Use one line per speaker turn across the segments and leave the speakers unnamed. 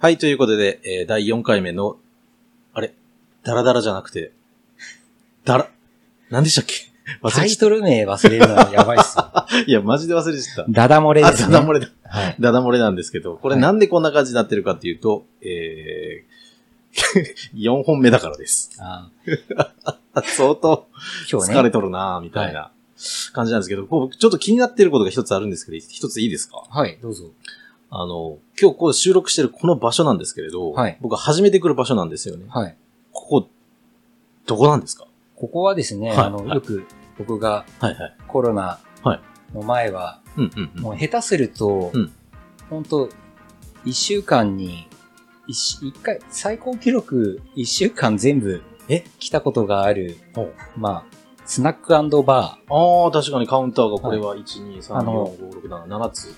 はい、ということで、えー第4回目の、あれ、ダラダラじゃなくて、ダラ、何でしたっけ忘
タ
れ
イ
ちゃっ
トル名忘れるのはやばいっすよ。
た。いや、マジで忘れちゃった。
ダダ漏れ
あ、
です、
ダ
ね。
ダ漏れだ。
はい。
ダダ漏れなんですけど、これ
はい
なんでこんな感じになってるかっていうと、えー、4本 目だからです。
あ
あ相当
ー今日ね。
疲れとるなぁみたいな感じなんですけど、こう僕ちょっと気になってることが一つあるんですけど、一ついいですか
はい、どうぞ。
あの、今日こう収録してるこの場所なんですけれど、
はい
僕初めて来る場所なんですよね。
はい。
ここ、どこなんですか
ここはですね、
はい
あの、
はい
よく僕が
はいはい。
コロナ
はい
の前は、
うんうんうん。
もう下手すると、
うん
ほんと、一週間に、一し一回、最高記録一週間全部、
え
来たことがある
ほう、
まあ、スナックバー。
ああ、確かにカウンターがこれは1、2、3、
あの
4、5、6、7、7つ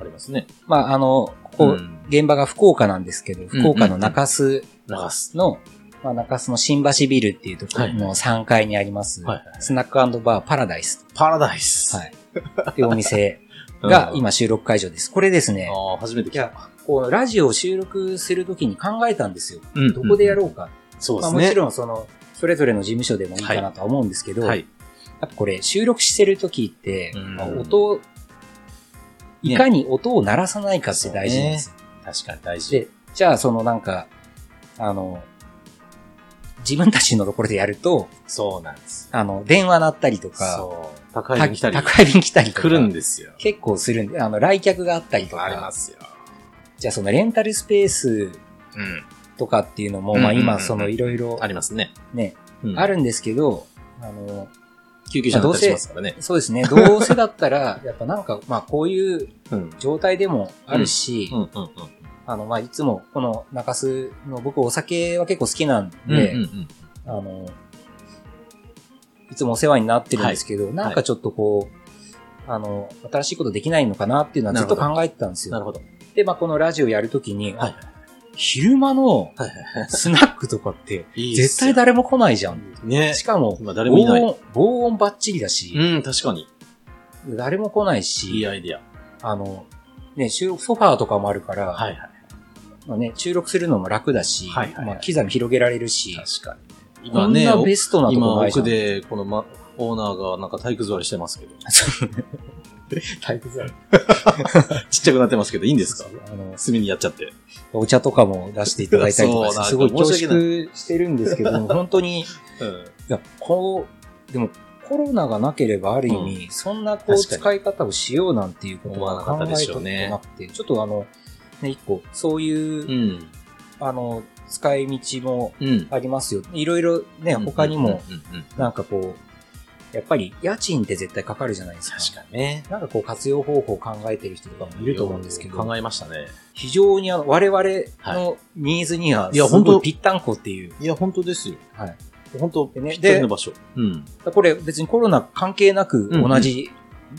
ありますね。
まあ、あの、ここ、
うん
現場が福岡なんですけど、福岡の中洲
流す。
の、まあ、中洲の新橋ビルっていうところの3階にあります、
はいはい
スナックバーパラダイス
パラダイス。
はいっていうお店が
うん
今収録会場です。これですね、
ああ、初めて来
い
た。
こうラジオを収録するときに考えたんですよ。
うん
どこでやろうか。
そうで
まあ、
す
も
ね。
ちろんその、それぞれの事務所でもいいかなとは思うんですけど、
はい。
やっぱこれ収録してるときって、
うん
まあ音を、いかに音を鳴らさないかって大事なんですよ
確かに大事。
で、じゃあそのなんか、あの、自分たちのところでやると、
そうなんです。
あの、電話鳴ったりとか、
そう。高いの来たり。
宅配便来たりとか、
来るんですよ。
結構するんで、あの、来客があったりと
ありま
か、
すよ。
じゃあそのレンタルスペース
うん。
とかっていうのも、
うんうん
ま
う
あ
んうん
今そのいろいろ
ありますね。
ね、
うん
あるんですけど、あの、
救急車乗ったりしますからね。
そうですね、どうせだったら、 やっぱなんか、まあこういう
うん。
状態でもあるし、
うんうんうん。
あの、まあいつもこの中洲の僕お酒は結構好きなんで、
うんうん
あの、いつもお世話になってるんですけど、なんかちょっとこう、あの、新しいことできないのかなっていうのはずっと考えてたんです
うんなる
よ。
ほど。
で、まあ、このラジオやるときに、
はい
あ昼間の
はいはいは
スナックとかって、
い。いいっ
絶
すよ
対誰も来ないじゃん。
ね。
しかも、
今誰もい
防
ない。
音、防音バッチリだし、
うん、確かに。
誰も来ない
いい
し、
アイディア。
あの、ね、収録ソファーとかもあるから、
はいは
まあね、収録するのも楽だし、
はいはいはい
まあ、機材も広げられるし、
い。確かに。
こ
今
ん
ね、
なベストなとこ
今
ないじ
奥
ゃん。
で、このま、オーナーがなんか体育座りして ますけど。
体育座り
ちっちゃくなってますけど、いいんですか
あの、
隅にやっちゃって。
お茶とかも出していただいたりとかして、す
そうな
ご
ん
い
か
恐
申し訳
縮してるんですけど、本当に、い
うん。
や、こう、でもコロナがなければある意味、そんなこう
確かに
使い方をしようなんていうこと
思わ
は
なかった
考え
で
たこ
しょ
と
うね
なくて、ちょっとあの、ね、一個、そういう、
うん。
あの、使い道も
うん。
ありますよ。いろいろね、他にも、
うんうんうん。
なんかこう、やっぱり家賃って絶対かかるじゃないですか。
確かにね。
なんかこう活用方法を考えてる人とかもいると思うんですけど、
考えましたね。
非常にあの我々のニーズには、
いや
す
本
ご
当
いぴったんこっていう。
いや、本当ですよ。
はい。
本当、
でね
ぴったりの場所。うん。
これ別にコロナ関係なく
うんうん
同じ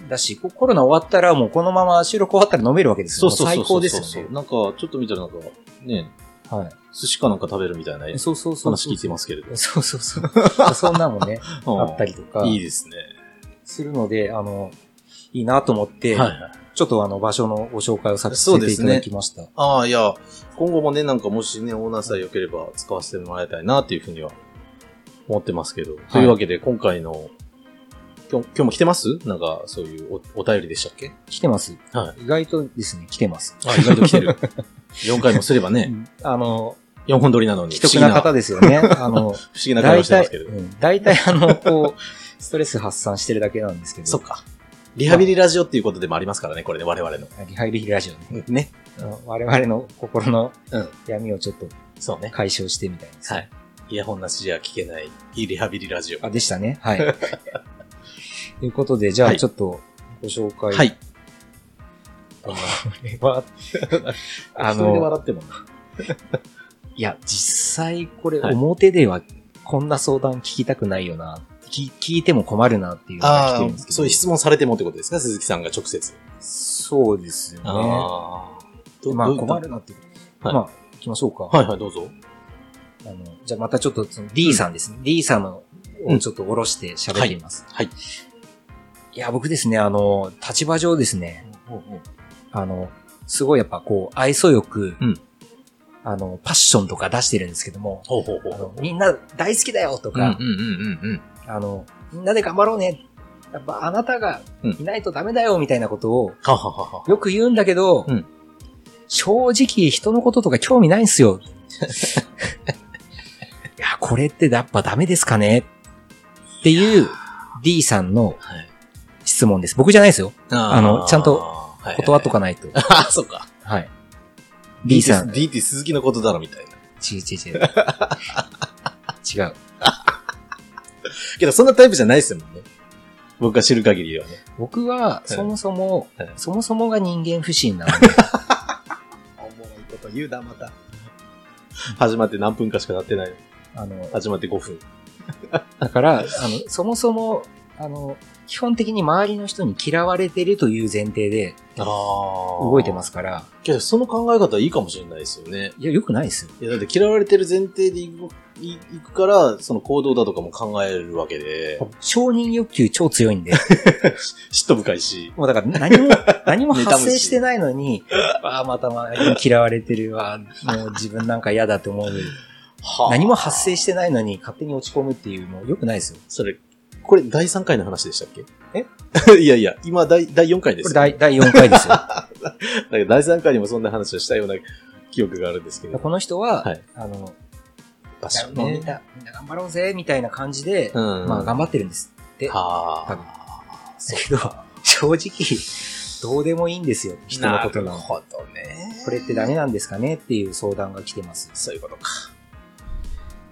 だし、こコロナ終わったらもうこのまま収録終わったら飲めるわけです
そ
よ。
うそうそうそう。
も最高ですよね。
なんか、ちょっと見たらなんか、ね、
は。
寿司かなんか食べるみたいない
そうそうそう。
話聞いてますけれど。
そうそうそう。そんなもんね、
うん
あったりとか
いいですね。
するので、あの、いいなと思って、
はい。
ちょっとあの場所のご紹介をさ
そう
せ
で
てい
す
た
ね
だきました。
ああ、いや、今後もね、なんかもしね、オーナーさえ良ければ使わせてもらいたいなっていうふうには思ってますけど。というわけで、今回の、今日今日も来てますなんか、そういうおお便りでしたっけ
来てます、
は
意外とですね、来てます。
あ、意外と来てる。4回もすればね、
あの、
4本撮りなのに。
既得な方ですよね。あの、
不思議な会話してますけど。
うん大体あの、こう、ストレス発散してるだけなんですけど。
そっか。リハビリラジオっていうことでもありますからね、これね、我々の。
リハビリラジオね。
ね。
あの我々の心の
うん
闇をちょっと
そうね。
解消してみたいな。
はい。イヤホンなしじゃ聞けない、いいリハビリラジオ。
あ、でしたね。はい。 ということで、じゃ
は
あ
い
ちょっとご紹介。
はい。
これは、 あ
それで
の、
笑ってもね。
いや、実際これ
はい
表ではこんな相談聞きたくないよな。聞聞いても困るなっていうのが来てるんですけど。
そういう質問されてもってことですか鈴木さんが直接。
そうですよね。
ああ。
まあ
どう
困るなっていう。
はい
まあ、行きましょうか。
はいはい、どうぞ。
あの、じゃあまたちょっとその D さんですね。D さんのをちょっと下ろして喋っています。
はいはい
や、僕ですね、あの、立場上ですね、あの、すごいやっぱこう、愛想よく、
うん
あの、パッションとか出してるんですけども、
ほうほうほ
あのみんな大好きだよと
うんうん
か、
うんうんうん。
あの、みんなで頑張ろうね。やっぱあなたがいないとダメだよみたいなことを
はははは。
よく言うんだけど、
うん
正直人のこととか興味ないんすよ。いや、これってやっぱダメですかねっていう D さんの
はい
質問です。僕じゃないですよ。
あ
あのちゃんと断っと
か。
かないと。
あ、そう か。
はい。B さん。
DT 鈴木のことだろみたいな。
違う違う違う。違う。
けど、そんなタイプじゃないですもんね。僕が知る限りはね。
僕は、そもそも、
はい
そもそもが人間不信なので
おもろいこと言うな、また。始まって何分かしか経ってない。
あの、
始まって5分。
だから、あの、そもそも、あの、基本的に周りの人に嫌われてるという前提で
ああ。
動いてますから、
けど、その考え方いいかもしれないですよね。
いや、良くないですよ。
いや、だって嫌われてる前提で行くい行くから、その行動だとかも考えるわけで、
承認欲求超強 いんで、
嫉妬深いし。
もうだから何 も、何も発生してないのに、ああ、またまあ嫌われてるわ、もう自分なんか嫌だと思う。
はあ
何も発生してないのに勝手に落ち込むっていう、もう良くないですよ。
それ、これ第3回の話でしたっけ
え
いやいや、今第第4回で
これ
す。
第第4 回ですよ。
だから第3回にもそんな話をしたような記憶があるんですけど。
この人は、
はい
あの、
場所
もうみ
ね。
んな、みんな頑張ろうぜ、みたいな感じで、
うん
まあ頑張ってるんです。って
は
多分
あ。
だけど、正直、どうでもいいんですよ、人のこと
な
な
る
の。
ほどね。
これってダメなんですかねっていう相談が来てます。
そういうことか。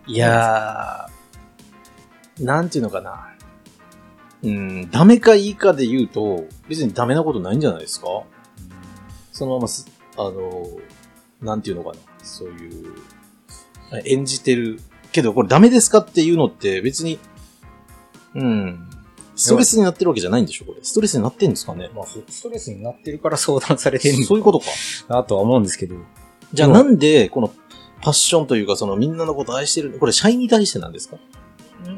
いやー、なんていうのかな。うん、ダメかいいかで言うと、別にダメなことないんじゃないですかそのまます、あの、なんていうのかな。そういう、演じてる。けど、これダメですかっていうのって別に、うん、ストレスになってるわけじゃないんでしょ、これ。ストレスになってんですかね。
まあ、ストレスになってるから相談されてる
そういうことか。
となとは思うんですけど。
じゃあ
うん
なんで、この、パッションというか、そのみんなのこと愛してる、これ社員に対してなんですか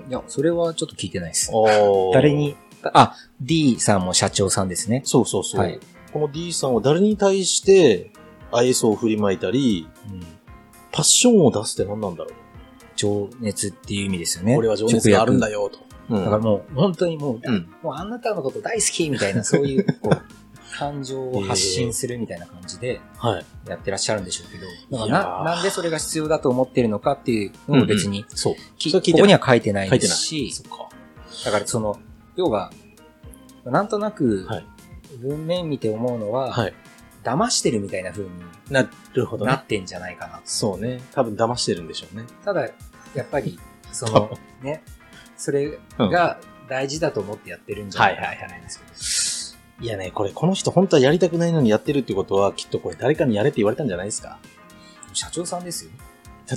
いや、それはちょっと聞いてないです。誰
誰
に、あ、D さんも社長さんですね。
そうそうそう。
はい
この D さんは誰に対して愛想を振りまいたり、パッションを出すって何なんだろう。
情熱っていう意味ですよね。
俺は情熱があるんだ
よ。
よ、と。うん
だからもう、本当にもう、
うん
もうあなたのこと大好きみたいな、そういう、こう、感情を発信するみたいな感じで、
はい。
やってらっしゃるんでしょうけど、
いやー
ななんでそれが必要だと思ってるのかっていうのも別に、
そう。
き
それ聞いてない
ここには書いてない
書い
で
てな
す
い。そ
し、
っか。
だからその、要は、なんとなく
はい、
文面見て思うのは、
はい。
騙してるみたいな風に
なるほど
な
ね。
ってんじゃないかな。
そうね。多分騙してるんでしょうね。
ただ、やっ ぱり、その、ね、それが大事だと思ってやってるんじゃないかなと思うんですけど。
いやね、これ、この人本当はやりたくないのにやってるってことは、きっとこれ誰かにやれって言われたんじゃないですか。
社長さんですよ。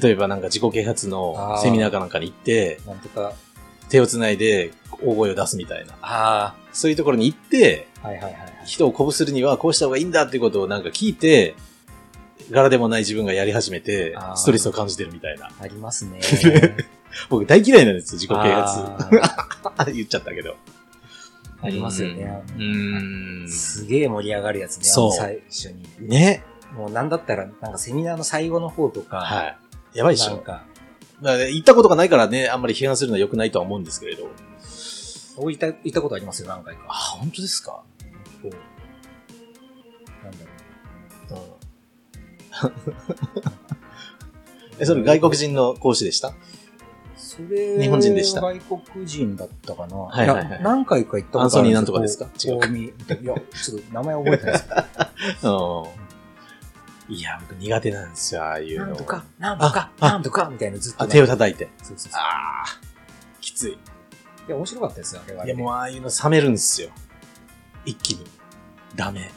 例えばなんか自己啓発のセミナーかなんかに行って、
なんとか。
手を繋いで大声を出すみたいな。
あ
そういうところに行って、
あ、はいはいはいはい。
人を鼓舞するにはこうした方がいいんだってことをなんか聞いて、柄でもない自分がやり始めて
あ、ー
ストレスを感じてるみたいな。
ありま すね。
僕大嫌いなんですよ、自己啓発。
あー
言っちゃったけど。
ありますよね。
うーん。
すげえ盛り上がるやつね。
そう
最初に。
ね。
もうなんだったら、なんかセミナーの最後の方とか、
はい。やばいでし
な
ょ。
んか、
だから行ったことがないからね、あんまり批判するのは良くないとは思うんですけれど。
置いた、行ったことありますよ、何回
あ、
か。
本当ですか
こう、なんだろ
うん。え、それ外国人の講師でした
う。それ、
日本人でした
外国人だったかな。
いはいはい
や何回か行ったことある
アンソニーなんとかですか
違う。こう見いや、ちょっと名前覚えてないですけ
うん。いや、僕苦手なんですよ、ああ いう
ど。
の。
なんとか、なんとか、
ああ
なんとか、みたいなのずっと。
あ、手を
そう
叩いて。
そうそう。
ああ、きつい。
いや、面白かったですよ、あれはあ
い
れ
や、
で。
もうああいうの冷めるんですよ。一気に。ダメ。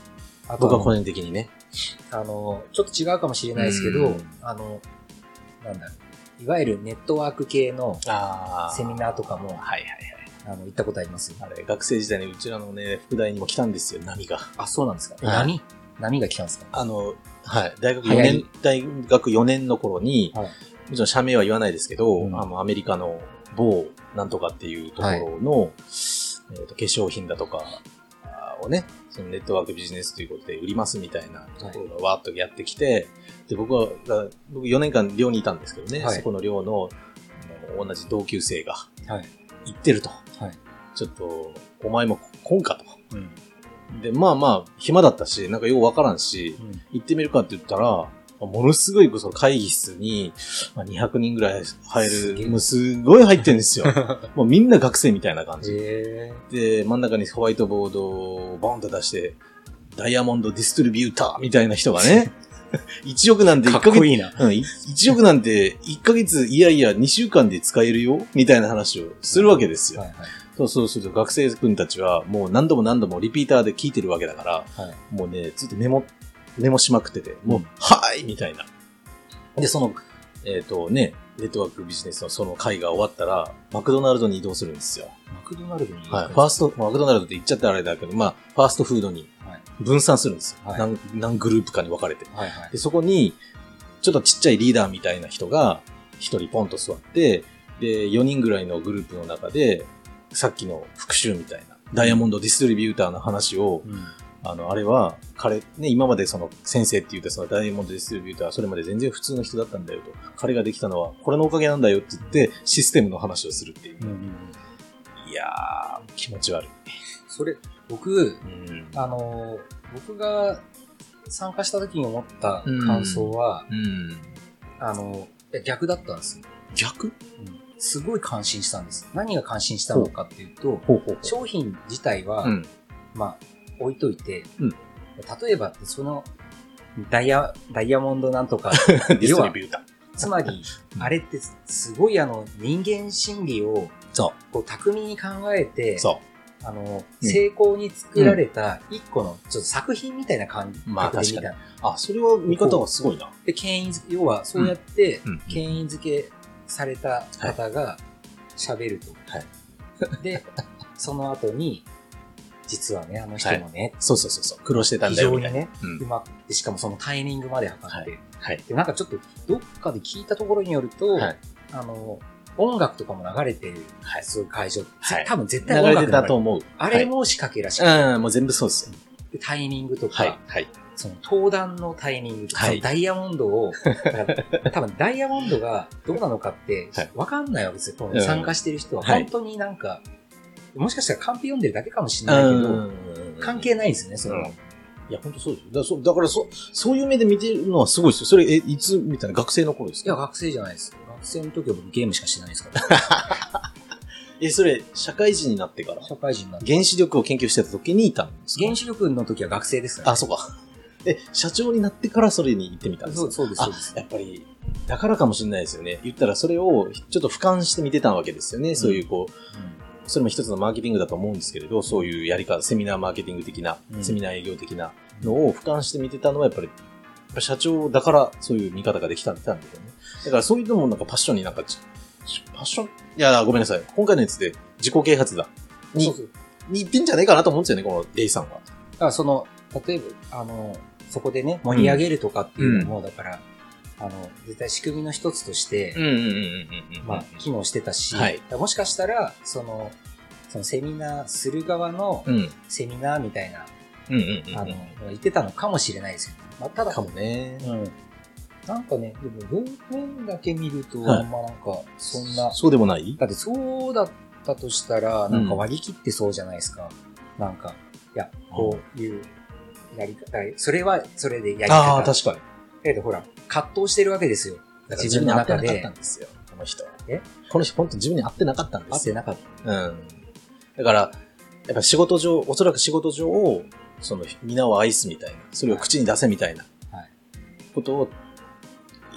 あと
僕
は
は個人的にね。
あの、ちょっと違うかもしれないですけど、
うん
あの、なんだろう。いわゆるネットワーク系の
あ
セミナーとかも、
はいはいはい。
あの、行ったことありますよ。
あれ、学生時代にうちらのね、副大にも来たんですよ、波が。
あ、そうなんですか。
はい
波波が来たんですか
あの、はい。大学4
早い
年、大学4年の頃に、
はい
もちろん社名は言わないですけど、
うん
あの、アメリカの某なんとかっていうところの、えーと化粧品だとかをね、そのネットワークビジネスということで売りますみたいなところがわーっとやってきて、で、僕は、だ僕4年間寮にいたんですけどね、
はい
そこの寮のあの同じ同級生が
はい。
行ってると。
はい
ちょっと、お前も来んかと。
うん。
で、まあまあ、暇だったし、なんかようわからんし、行ってみるかって言ったら、ものすごいその会議室にまあ200人ぐらい入
すげえ
る、もうすごい入ってるんです よ。もうみんな学生みたいな感じ。
え
で、真ん中にホワイトボードをボンと出して、ダイヤモンドディストリビューターみたいな人が ね、1億なんて
か
1
っ
ヶ
こ
月、
いいな。
うん、い1億なんて1ヶ月、いやいや2週間で使えるよみたいな話をするわけですよ。
はいはい。
そうそうすると学生君たちはもう何度も何度もリピーターで聞いてるわけだから、
はい
もうね、ずっとメモ、メモしまくってて、もう、
うん
はーいみたいな。で、その、えっ、とね、ネットワークビジネスのその会が終わったら、マクドナルドに移動するんですよ。
マクドナルドに
はい。ファースト、マクドナルドって言っちゃったらあれだけど、まあ、ファーストフードに
はい
分散するんですよ。
はい
何何グループかに分かれて。
はいはい
で、。そこに、ちょっとちっちゃいリーダーみたいな人が、一人ポンと座って、で、4人ぐらいのグループの中で、さっきの復習みたいな、ダイヤモンドディストリビューターの話を、
うん。
あの、あれは、彼、ね、今までその先生って言ってそのダイヤモンドディストリビューターはそれまで全然普通の人だったんだよと、彼ができたのはこれのおかげなんだよって言って、システムの話をするっていう。
うんうんうん。
いやー、気持ち悪い。
それ、僕、
うん。
あのー、僕が参加した時に思った感想は、
うん。
あのー、いや逆だったんですよ。
逆
すごい感心したんです。何が感心したのかっていうと、
ほうほう
商品自体は、
うん。
まあ、置いといて、
うん
例えば、その、ダイヤ、ダイヤモンドなん とか、
ディストリビューター。
つまり、あれってすごいあの、人間心理を、
そ
こう、巧みに考えて、
そ
あの、
うん
成功に作られた一個の、ちょっと作品みたいな感じ。
まあ
で見た
確う。あ、それは見方はすごいな。
で、権威づけ、要はそうやって
うんうん、
権威づけされた方が喋ると。
はい
で、その後に、実はね、あの人もね、
そうそうそうそう。苦労してたん
非
だよ
常
みた
に
いな。
ね、
うん
うまくて、しかもそのタイミングまで測って、
はい。
で、なんかちょっと、どっかで聞いたところによると、
はい
あの、音楽とかも流れてる、
はい
そういう会場、
はい
多分絶対音
流れ
楽
て
だ
た
か
と
ら
思う。
あれも仕掛けらしくて、
はい、うん、もう全部そうですよ。
でタイミングとか、
はい。はい。
その登壇のタイミングとか、
はい
そのダイヤモン ドを、だから多分ダイヤモンドがどうなのかって
はい
分かんないわけですよ、この
うん
参加してる人は。
はい
本当になんか、もしかしたらカンペ読んでるだけかもしれ
う
ないけ
ん
ど、関係ないんですよね、そ
うん
の。
いや、本当そうですよ。だからそ、だからそ、そういう目で見てるのはすごいですよ。それ、え、いつみたいな学生の頃です
いや、
か
学生じゃないです。学生の時は僕ゲームしかしてないで すから。
え、それ、社会人になってから、
社会人になって。
原子力を研究してた時にいたんですか
原子力の時は学生ですから、
あ、そうか。え、社長になってからそれに行ってみたんですか
そうそうです、
あ
そうです。
やっぱり、だからかもしれないですよね。言ったらそれをちょっと俯瞰して見てたわけですよね。そういうこう、それも一つのマーケティングだと思うんですけれど、そういうやり方、セミナーマーケティング的な、
うん
セミナー営業的なのを俯瞰して見てたのはやっぱり、やっぱ社長だからそういう見方ができたんだよね。だからそういうのもなんかパッションになんかち、パッションいや、ごめんなさい。今回のやつで自己啓発だ。
うん
に
そう、そう
に行ってんじゃねえかなと思うんですよね、このレイさんは。
だからその、例えば、あの、そこでね、盛り上げるとかっていうのも、だから、あの、絶対仕組みの一つとして、
んうんうん
まあ、機能してたし、
はい
だからもしかしたら、その、そのセミナーする側の
うん。うん
セミナーみたいな、
うんうんうん。
あの、言ってたのかもしれないですよ、ね。まあ、ただ、
かもね。
うん。なんかね、でも文面だけ見ると、
はい
まあなんか、そんな、
そうでもない
だってそうだったとしたら、なんか割り切ってそうじゃないですか。なんか、いや、こういうやり方、それはそれでやり
ああ、
方。
確かに。
えっと、ほら、葛藤してるわけですよ。
だから
自分の中
自分に合ってなか
で
ったん。ですよ、この人は。
え
この人、本当自分に合ってなかったんで
合っ
す
て
よ。
なかっ
うん。だから、やっぱ仕事上、おそらく仕事上を、その、皆を愛すみたいな、それを口に出せみたいな
はい、
ことを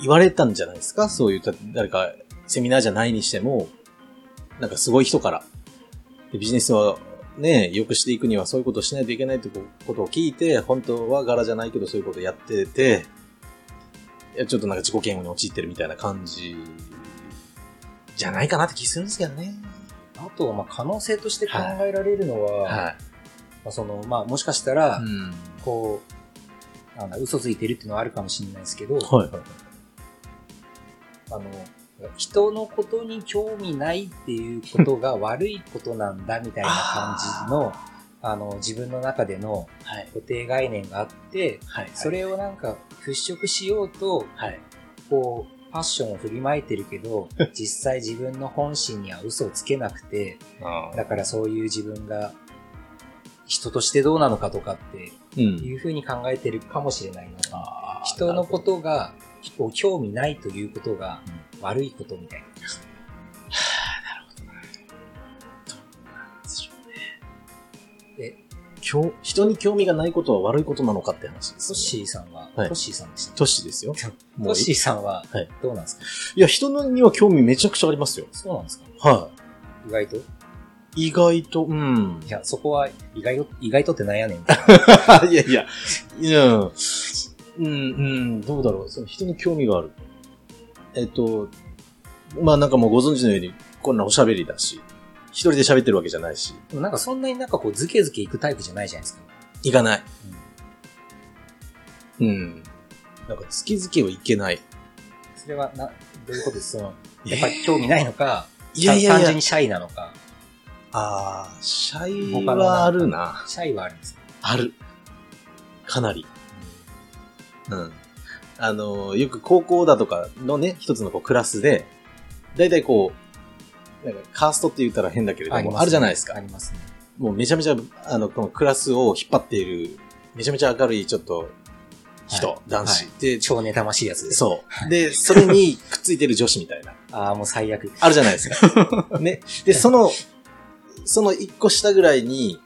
言われたんじゃないですか、そういった、誰か、セミナーじゃないにしても、なんかすごい人から。でビジネスは、ね、良くしていくにはそういうことをしないといけないってことを聞いて、本当は柄じゃないけどそういうことをやってて、いやちょっとなんか自己嫌悪に陥ってるみたいな感じ、じゃないかなって気するんですけどね。
た。あとは、まあ、可能性として考えられるのは、ま
はい。
あ、その、まあ、もしかしたら、
ん。
こう、なんだ、嘘ついてるっていうのはあるかもしれないですけど、
はい。
あの、人のことに興味ないっていうことが悪いことなんだみたいな感じの、あの、自分の中での
はい。
固定概念があって、
はい。
それをなんか払拭しようと、
はい。
こう、ファッションを振りまいてるけど、実際自分の本心には嘘をつけなくて、だからそういう自分が人としてどうなのかとかって
うん。
いうふうに考えてるかもしれないなと。
あー
人のことが、こう興味ないということが悪いことみたいな。
興人に興味がないことは悪いことなのかって話です、
トッシーさんは、
はい
トッシーさんでしたっ
トシですよ。
け。ト
もう
ッシーさんは
はい、
どうなんですか、
いや、人のには興味めちゃくちゃありますよ。
そうなんですか
は
意外とい
い。意外と、うん。
や、そこは意外と、意外とってなんやねん。
いやいや、いや、うん、うん、どうだろう。その人に興味がある。えっと、まあなんかもうご存知のように、こんなおしゃべりだし、一人で喋ってるわけじゃないし、
でもなんかそんなになんかこう、ズケズケいくタイプじゃないじゃないですか。
行かない。うん。なんか、月々はいけない。
それはな、どういうことですその、
や
やっぱり興味ないのか、
いやいや
単
い
純
や
に。シャイなのか、
ああ、シャイ
他のなん
は
か
あるな。
シャイはあるんですか、
ある。かなり。うん。あの、よく高校だとかのね、一つのこうクラスで、だいたいこう、なんかカーストって言ったら変だけれども、あ,、
ますね
るじゃないです
あ
か。
りますね。
もうめちゃめちゃ、あの、このクラスを引っ張っている、めちゃめちゃ明るいちょっと人、
はい
男子、
は
で、
超妬ましいやつです。
そう。で、それにくっついてる女子みたいな。
ああ、もう最悪。
あるじゃないです か。ね。で、その、その一個下ぐらいに、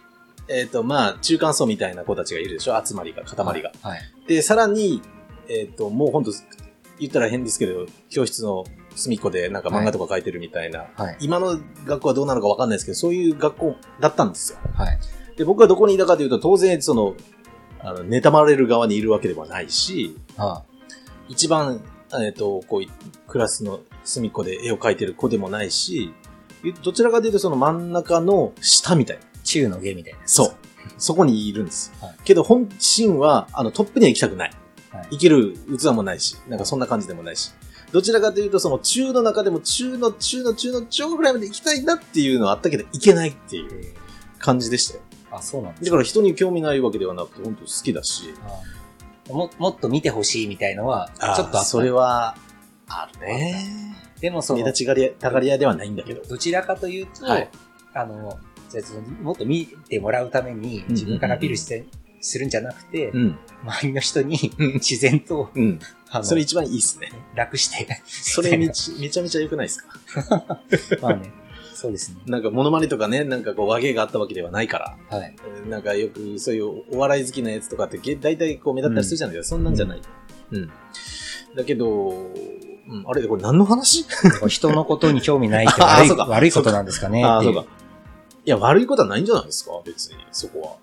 えっ、と、まあ、中間層みたいな子たちがいるでしょ集まりが、塊が。。
はい。
で、さらに、えっ、と、もうほんと、言ったら変ですけど、教室の隅っこでなんか漫画とか書いてるみたいな、
はい。
今の学校はどうなのかわかんないですけど、そういう学校だったんですよ。
はい。
で、僕はどこにいたかというと、当然、その、あの、妬まれる側にいるわけではないし、
は
一番、えっ、と、こうい、クラスの隅っこで絵を描いてる子でもないし、どちらかというとその真ん中の下みたいな。
い。中の下みたいな。
そう。そこにいるんです。
はい
けど本心は、あの、トップには行きたくない。
はい
行ける器もないし、なんかそんな感じでもないし。どちらかというと、その中の中でも中の中の中の中ぐらいまで行きたいなっていうのはあったけど、行けないっていう
え
感じでしたよ。
ーあ、そうなんです
だから人に興味ないわけではなくて、本当好きだし。
あーももっと見てほしいみたいのは、ちょっとあった
それは、あるね。
でもそ
目
の
立、ちがりや、たがり屋ではないんだけど。
どちらかというと、
はい
あの、じゃあそのもっと見てもらうために
ん
自分からアピールして、するんじゃなくて、
うん。
周りの人に
うん
自然と、
うん。
あの
それ一番いいっす ね。
楽して、
それめちめちゃめちゃ良くないですか
まあね、 そうですね。
なんかモノマネとかね、なんかこう和芸があったわけではないから。
はい。
えーなんかよくそういうお笑い好きなやつとかってげ大体こう目立ったりするじゃないですか。そんなんじゃない。うん。だけど、うん、あれこれ何の話
人のことに興味ないって
あー
悪い
そうか
悪いことなんですかね。
ああ、
って
そ
いう
か。いや、悪いことはないんじゃないですか別に、そこは。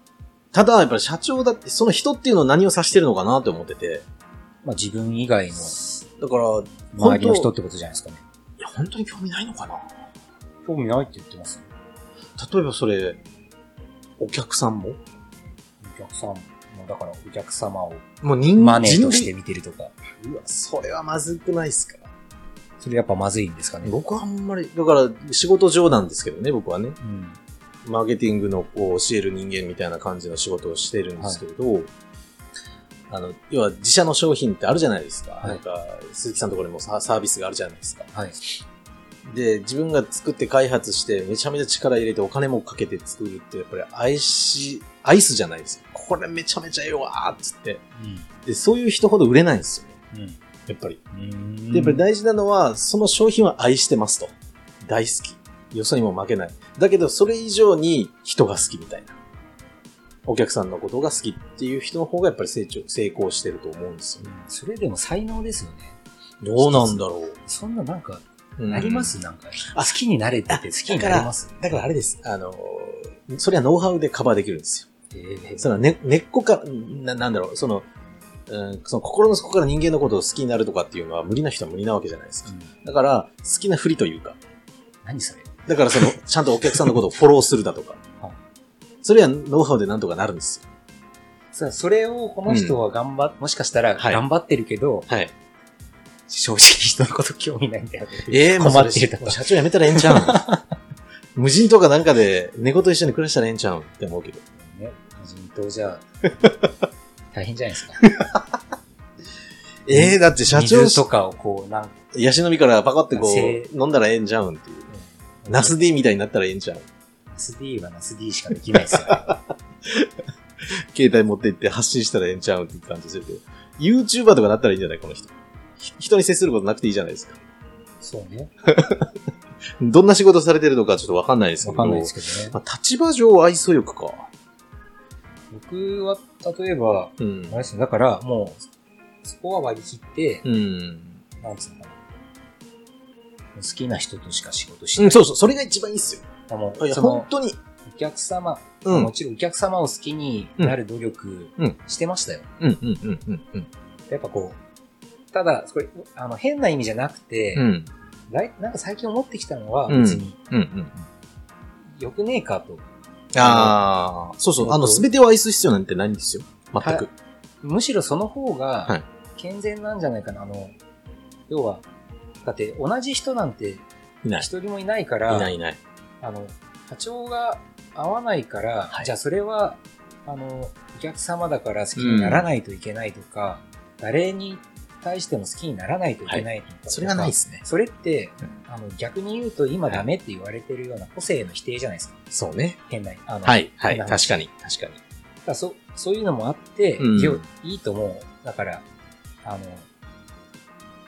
ただ、やっぱり社長だって、その人っていうのは何を指してるのかなって思ってて。
まあ自分以外の
だから、本当
周りの人ってことじゃないですかね。
いや、本当に興味ないのかな
興味ないって言ってますね
例えばそれ、お客さんも
お客さんも、だからお客様を
もう人
マネーとし
人
て見てるとか、
類うわ、それはまずくないっすか
それやっぱまずいんですかね。
僕はあんまり、だから仕事上なんですけどね、僕はね。
うん。
マーケティングのこう教える人間みたいな感じの仕事をしてるんですけれど、あの、要は自社の商品ってあるじゃないですか。
はい
なんか、鈴木さんのところにもササービスがあるじゃないですか。
はい。
で、自分が作って開発して、めちゃめちゃ力入れてお金もかけて作るって、やっぱり愛し、アイスじゃないですか。これめちゃめちゃええわーっつって。で、そういう人ほど売れないんですよね。
うん。
やっぱり。
うん。
で、やっぱり大事なのは、その商品は愛してますと。大好き。よそにも負けない。だけど、それ以上に人が好きみたいな。お客さんのことが好きっていう人の方がやっぱり成長、成功してると思うんですよ
う
ね。
んそれでも才能ですよね。
どうなんだろ
そんななんか、
う。
あります、なんか。好きになれって言って好きになれます。
だからあれです。あの、それはノウハウでカバーできるんですよ。
ええ
その根根っこから、ななんだろう、その、うん、その心の底から人間のことを好きになるとかっていうのは無理な人は無理なわけじゃないです
う
か。
ん
だから、好きなふりというか、
何それ
だからそ の、ちゃんとお客さんのことをフォローするだとか
はい。
それはノウハウでなんとかなるんですよ。
さあそれをこの人は頑張っ、もしかしたら
はい
頑張ってるけど、
はい。
正直人のこと興味ないんだよね。
ええもう
困ってると
それ
か。
社長辞めたらええんちゃ うん無人とかなんかで猫と一緒に暮らしたらええんちゃうんって思うけど。
ね、無人島じゃ、大変じゃないですか。
ええだって社長
水とかをこう、なん
ヤシの実からパカってこ
せ
う、飲んだらええんちゃうんっていう。ナス D みたいになったらええんちゃうん。
ナス D はナス D しかできないですよ ね。
携帯持って行って発信したらええんちゃうんって感じするけど。YouTuber とかなったらいいんじゃないこの人。ひ人に接することなくていいじゃないですか。
そうね。
どんな仕事されてるのかちょっとわかんないですけ
わ
ど。
かんないですけどね。
まあ、立場上愛想よくか。
僕は、例えば、
うん
あれ。ですね、だからもう、そこは割り切って、
うん。
なんつうのかな。好きな人としか仕事し
う
ない。
ん、そうそう、それが一番いいっす
あも
よ。
う
いや、
そ
本
の、
当に。
お客様、
うん。う
も
ん、
ちろんお客様を好きになる努力
うん
してましたよ。
うん、うん、うん、うん。
やっぱこう、ただ、これ、あの、変な意味じゃなくて、
うん、
来なんか最近思ってきたのは、
うん
別に、
うん、うん。
よくねえかと。
ああ、そうそう、あの、すべてを愛す必要なんてないんですよ。全く。
むしろその
はい
方が、健全なんじゃないかな。あの、要は、だって同じ人なんて
いない。
一人もいないか
い
ら、
ない、いない。
あの、波長が合わないから、
はい
じゃあそれは、あの、お客様だから好きにならないといけないとか、誰に対しても好きにならないといけないとか、
それがないっすね。
それって
うん、
あの、逆に言うと今ダメって言われてるような個性の否定じゃないですか。
そうね。
変な、あの、
はい、はい、
いない
確かに、確かに。
だからそそういうのもあって、
うん
よいいと思う。だから、あの、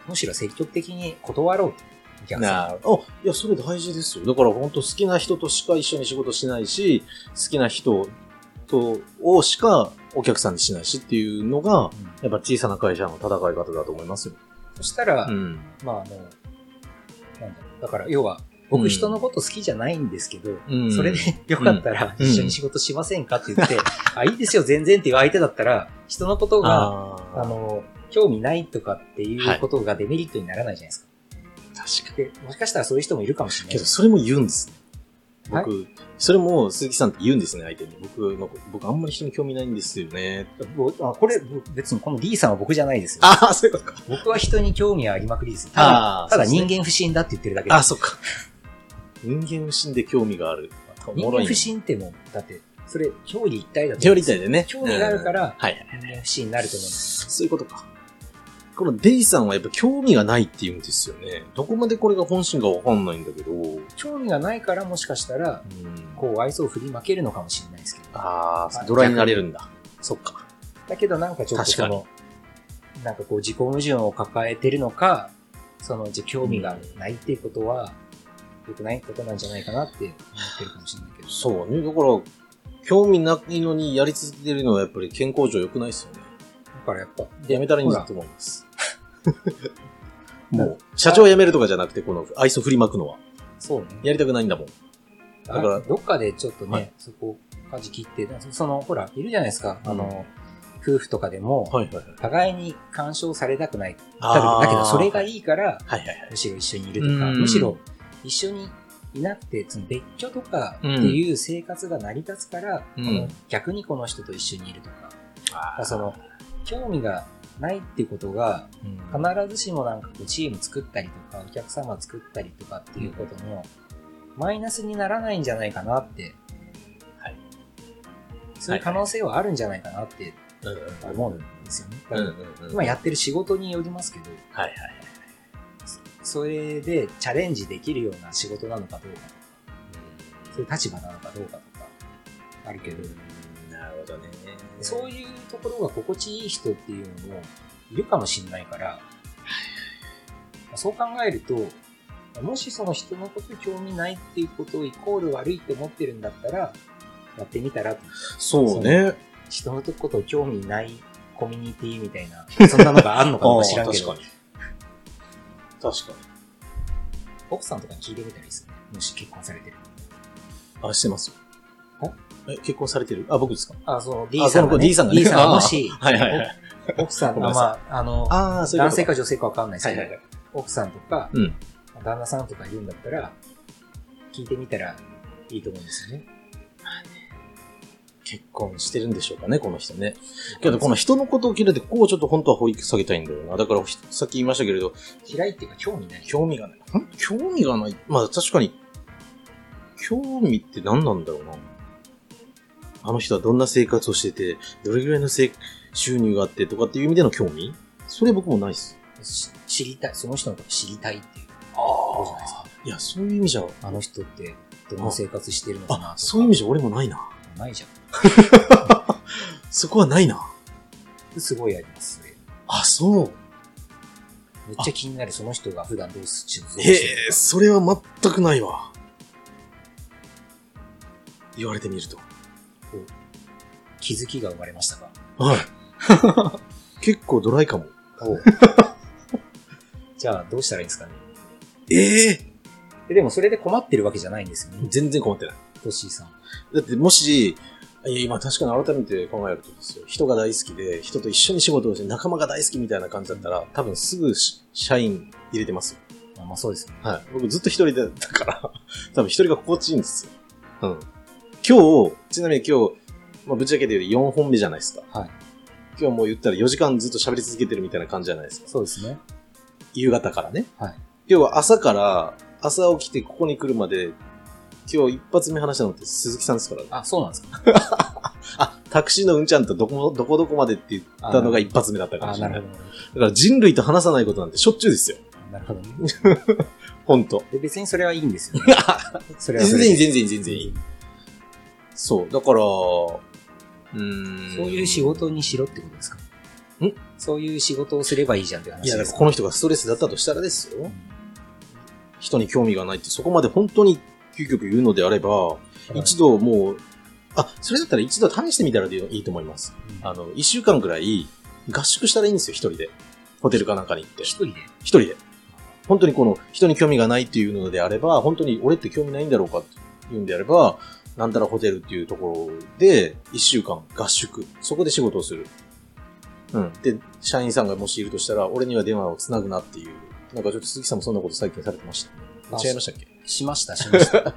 むしろ積極的に断ろうと。お客様。
なあ、いや、それ大事ですよ。だから本当好きな人としか一緒に仕事しないし、好きな人と、をしかお客さんにしないしっていうのが、
うん
やっぱ小さな会社の戦い方だと思いますよ。
そしたら、
うん。
まああの、なんだろう。だから、要は、
うん
僕人のこと好きじゃないんですけど、
うん
それでよかったら
うん
一緒に仕事しませんかって 言って、あ、いいですよ、全然っていう相手だったら、人のことが、あ
あー
の、興味ないとかっていうことがデメリットにならないじゃないですか。
確かに。
で、もしかしたらそういう人もいるかもしれない
けど、。それも言うんですね。
はい
僕、それも鈴木さんって言うんですね、相手に。僕の、僕あんまり人に興味ないんですよね。
僕あこれ、僕別にこの D さんは僕じゃないですよ。
ああ、そういうことか。
僕は人に興味はありまくりですよ。ただ、
ああ、
ただ
そうです
人
ね
間不信だって言ってるだけ
あ、
です。
そっか。人間不信で興味がある。
人間不信ってもう、だって、それ、表裏一体だと
手
思う
寄り
んですよ。
体でね。
興味があるから
うんはい。
人間不信になると思うんです。
そういうことか。このデイさんはやっぱ興味がないって言うんですよね。どこまでこれが本心かわかんないんだけど。うん
興味がないからもしかしたら、こう愛想を振りまけるのかもしれないですけど。
ああ、
あ
ドライになれるんだ。そっか。
だけどなんかちょっとその、なんかこう自己矛盾を抱えてるのか、その、じゃあ興味がないっていうことは、良くないことなんじゃないかなって思ってるかもしれないけど。
そうね。だから、興味ないのにやり続けてるのはやっぱり健康上良くないですよね。
だからやっぱ、
でやめたらいいんだと思います。 もう、社長辞めるとかじゃなくて、この愛想振りまくのは。
そうね。
やりたくないんだもん。
だ
だから
どっかでちょっとね、
はい
そこ、舵切って、その、ほら、いるじゃないですか、あの、夫婦とかでも、
はいはいはい。
互いに干渉されたくない。
あー
だけど、それがいいから、
はいはいはい。
むしろ一緒にいるとか、
うん
むしろ一緒にいなくて、その別居とかっていう生活が成り立つから、
うん
この逆にこの人と一緒にいるとか、だからその、興味がないっていうことが、必ずしもなんかこうチーム作ったりとか、お客様作ったりとかっていうことの、マイナスにならないんじゃないかなって、
はい
そういう可能性はあるんじゃないかなって
うん
思うんですよね。だ
う
か
ん
ら
うんうん。
今やってる仕事によりますけど、
はいはい。
それでチャレンジできるような仕事なのかどうかとか、そういう立場なのかどうかとか、あるけど、
なるほどね。
そういうところが心地いい人っていうのもいるかもしれないから、そう考えると、もしその人のこと興味ないっていうことをイコール悪いって思ってるんだったら、やってみたら、
そうね。
人のこと興味ないコミュニティみたいな、そんなの があんのかどうか知らんけ
あ
ど
ー、確かに。確か
奥さんとかに聞いてみたらいいですね。もし結婚されてる。
に。あ、してますよ。え、結婚されてるあ、僕ですか
あ、そう、D
あ
さんが、
その
ね。
D さんがね
D さん
あー
がも し、
はいはいはい。
奥さん
ごめん
が、
なさ
まあ、あの、
ああ、そういうこと
男性
か。
か女性かわかんないです
は
け
い
ど、
はいはい。
奥さんとか、
うん。
旦那さんとかいるんだったら、聞いてみたらいいと思うんですよね。
結婚してるんでしょうかね、この人ね。けど、この人のことを嫌いで、ここをちょっと本当は掘り下げたいんだよな。だから、ひさっき言いましたけれど、
嫌いっていうか興味ない。
興味がない。ほんと興味がない。まあ、確かに、興味って何なんだろうな。あの人はどんな生活をしてて、どれぐらいのせい収入があってとかっていう意味での興味それ僕もないっす。
し知りたい、その人のこと知りたいっていう。
あ
うじゃないですか。
いや、そういう意味じゃ、
あの人ってどんな生活してるのかなと
あ
か、。
そういう意味じゃ俺もないな。
じゃないじゃ
そこはないな。
ん。すごいあります、ね。
あ、そう。
めっちゃ気になる、その人が普段どうしてるのか
へえ、それは全くないわ。言われてみると。
気づきが生まれましたか
はい。結構ドライかも。
じゃあ、どうしたらいいんですかね
ええ
えでも、それで困ってるわけじゃないんですよね。
全然困ってない。
トッシーさん。
だってもし、いや今確かに改めて考えるとですよ。人が大好きで、人と一緒に仕事をして仲間が大好きみたいな感じだったら、多分すぐし社員入れてますよ。
まあ、まあそうですね。
はい。僕ずっと一人でだから、 多分一人が心地いいんですよ。うん。今日、ちなみに今日、まあ、ぶっちゃけて言うと4本目じゃないですか。
はい。
今日もう言ったら4時間ずっと喋り続けてるみたいな感じじゃないですか。
そうですね。
夕方からね。
はい。
今日は朝から、朝起きてここに来るまで、今日一発目話したのって鈴木さんですからね。
あ、そうなんですか。
あ、タクシーのうんちゃんとどこ、どこどこまでって言ったのが一発目だったかも
あ、
しれ
な
ない。
る
だか
ほ
ら人類と話さないことなんてしょっちゅうですよ。
ど。なるほどね。
ほんと。
で別にそれはいいんですよね。それは
全
それ
然いい、全
で
然いい、全然いい。そう。だから、うーん。
そういう仕事にしろってことですか
ん
そういう仕事をすればいいじゃんって
い
話
や、だ
で
か
す
ら
か
この人がストレスだったとしたらですよ。
うん
人に興味がないって、そこまで本当に究極言うのであれば、
はい
一度もう、あ、それだったら一度試してみたらいいと思います。あの、一週間くらい合宿したらいいんですよ、一人で。ホテルかなんかに行って。
一人で
一人で。本当にこの人に興味がないっていうのであれば、本当に俺って興味ないんだろうかっていうんであれば、なんたらホテルっていうところで、一週間合宿。そこで仕事をする。うん。で、社員さんがもしいるとしたら、俺には電話をつなぐなっていう。なんかちょっと鈴木さんもそんなこと最近されてました。
あ
違いましたっけ
しました、しました。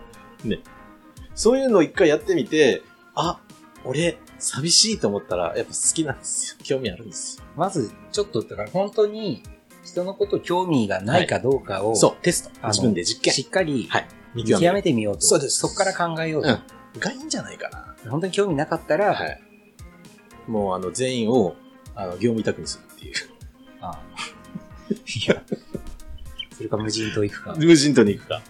そういうのを一回やってみて、あ、俺、寂しいと思ったら、やっぱ好きなんですよ。興味あるんですよ。
まず、ちょっと、だから本当に人のこと興味がないかどうかを、
そう、テスト
あ。の
自分で実験
し。っかり
はい見
見
極
極
め
めてみようと。
そうです
そこから考えよう
うん
と。
がいいんじゃないかな。
本当に興味なかったら、
はい。もう、あの、全員を、あの、業務委託にするって いう。
あいや、それか無人島行くか。
無人島に行くか。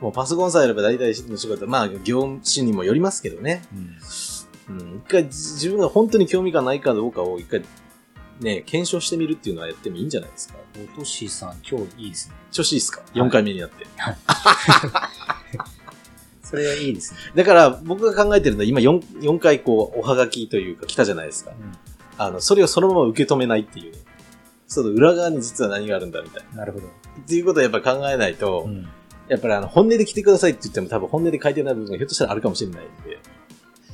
もう、パソコンさえあれば大体の仕事、まあ、業務種にもよりますけどね。
うん
うん。一回、じ自分が本当に興味がないかどうかを、一回、ね、検証してみるっていうのはやってもいいんじゃないですか。
おとしさん、今日いいですね。
調子いいですか ?4 回目になって。
それはいいですね。
だから、僕が考えてるのは、今4、4回こう、おはがきというか、来たじゃないですか。あの、それをそのまま受け止めないっていうね。その裏側に実は何があるんだみたいな。
なるほど。
っていうことをやっぱ考えないと、
うん
やっぱりあの、本音で来てくださいって言っても多分本音で書いてない部分がひょっとしたらあるかもしれないんで。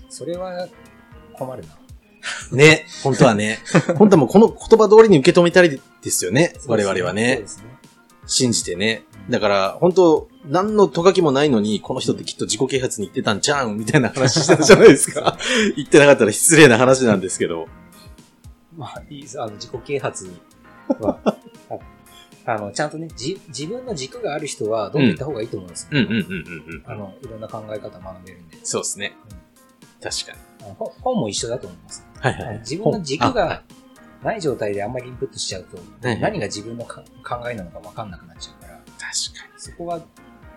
それは困るな。
ね。本当はね。 本当はもうこの言葉通りに受け止めたいですよね。我々は
そう
ね
で。すね。
信じてね。だから、本当何のとがきもないのに、この人ってきっと自己啓発に行ってたんじゃうんみたいな話してたじゃないです か。言ってなかったら失礼な話なんですけど。
まあ、いいですあの、自己啓発 は、ああの、ちゃんとね、じ、自分の軸がある人は、どんどん行った方がいいと思います、
うんうんうんうんう
あ
ん。
の、いろんな考え方学べるんで。
そうですね
うん。
確かに。
あの本本も一緒だと思います。
はい
あの自分の軸がない状態であんまりインプットしちゃうと、
はい
何が自分のか考えなのか分かんなくなっちゃうから、
確か
そこは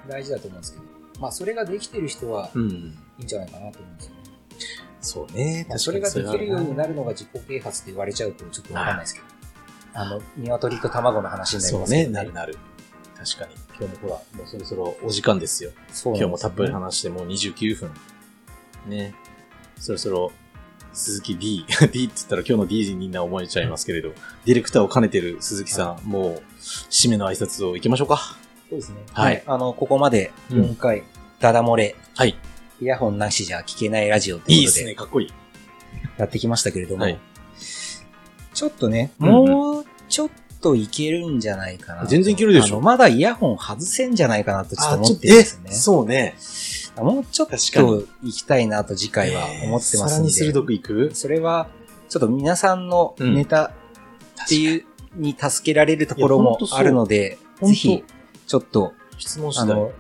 大事だと思うんですけど、まあ、それができてる人は
に。うん。
いいんじゃないかなと思うんですよね。
そうね。確か
まあ
に
それができるように
な
なるのが自己啓発って言われちゃうとちょっと分かんないですけど、あの、鶏と卵の話になり
そ
ま
う
すけ
ね。
ど、
なるなる。確かに。
今日もほら、もうそろそろ、
お時間ですよ。
そう
今日もたっぷり
話
話してもう29分。ね。そろそろ、鈴木 D。D って言ったら今日の D にみんな思えちゃいますけれど、ディレクターを兼ねてる鈴木さん、もう、締めの挨拶を行きましょうか。
そうですね。
は
はいい。あの、ここまで
うん
4回、ダダ漏れ、
はい。
イヤホンなしじゃ聞けないラジオと
いい
いう
で
こと
すね。
で
かっこいい。
やってきましたけれども、
はい
ちょっとね、
うん
もうちょっといけるんじゃないかなと。
全然いけるでしょ
あのまだイヤホン外せんじゃないかなとちょっと思ってるん
え
ですよね。
そうね。
もうちょっと
確かに
行きたいなと次回は思ってます
さら
ん
に
で、
鋭くいく
それは、ちょっと皆さんのネタっていう、に助けられるところ
いやほん
も
とそう
あるので、
ほんと
ぜひ、ちょっと、
質問
あ
したい
の。、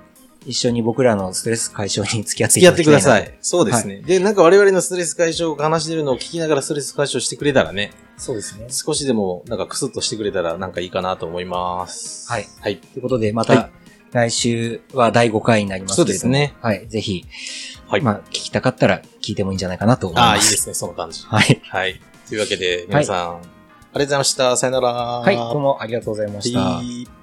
一緒に僕らのストレス解消に付き合っ
付
てい
き
た
合
だ
っ
き
てく
たい
だ
な
さい。そうですね。で、なんか我々のストレス解消を話してるのを聞きながらストレス解消してくれたらね、
そうですね。
少しでもなんかクスッとしてくれたらなんかいいかなと思います。
はい。
はい。
ということで、ま
は
た、来週は第5回になりますけれども
そうですね。
はい。ぜひ、
はい。
まあ、聞きたかったら聞いてもいいんじゃないかなと思い
ああ、い
ま。
いですすね、その感じ。
はい。
はい。というわけで、皆さん、ありがとうございました。さよなら。
はい、どうもありがとうございました。
はい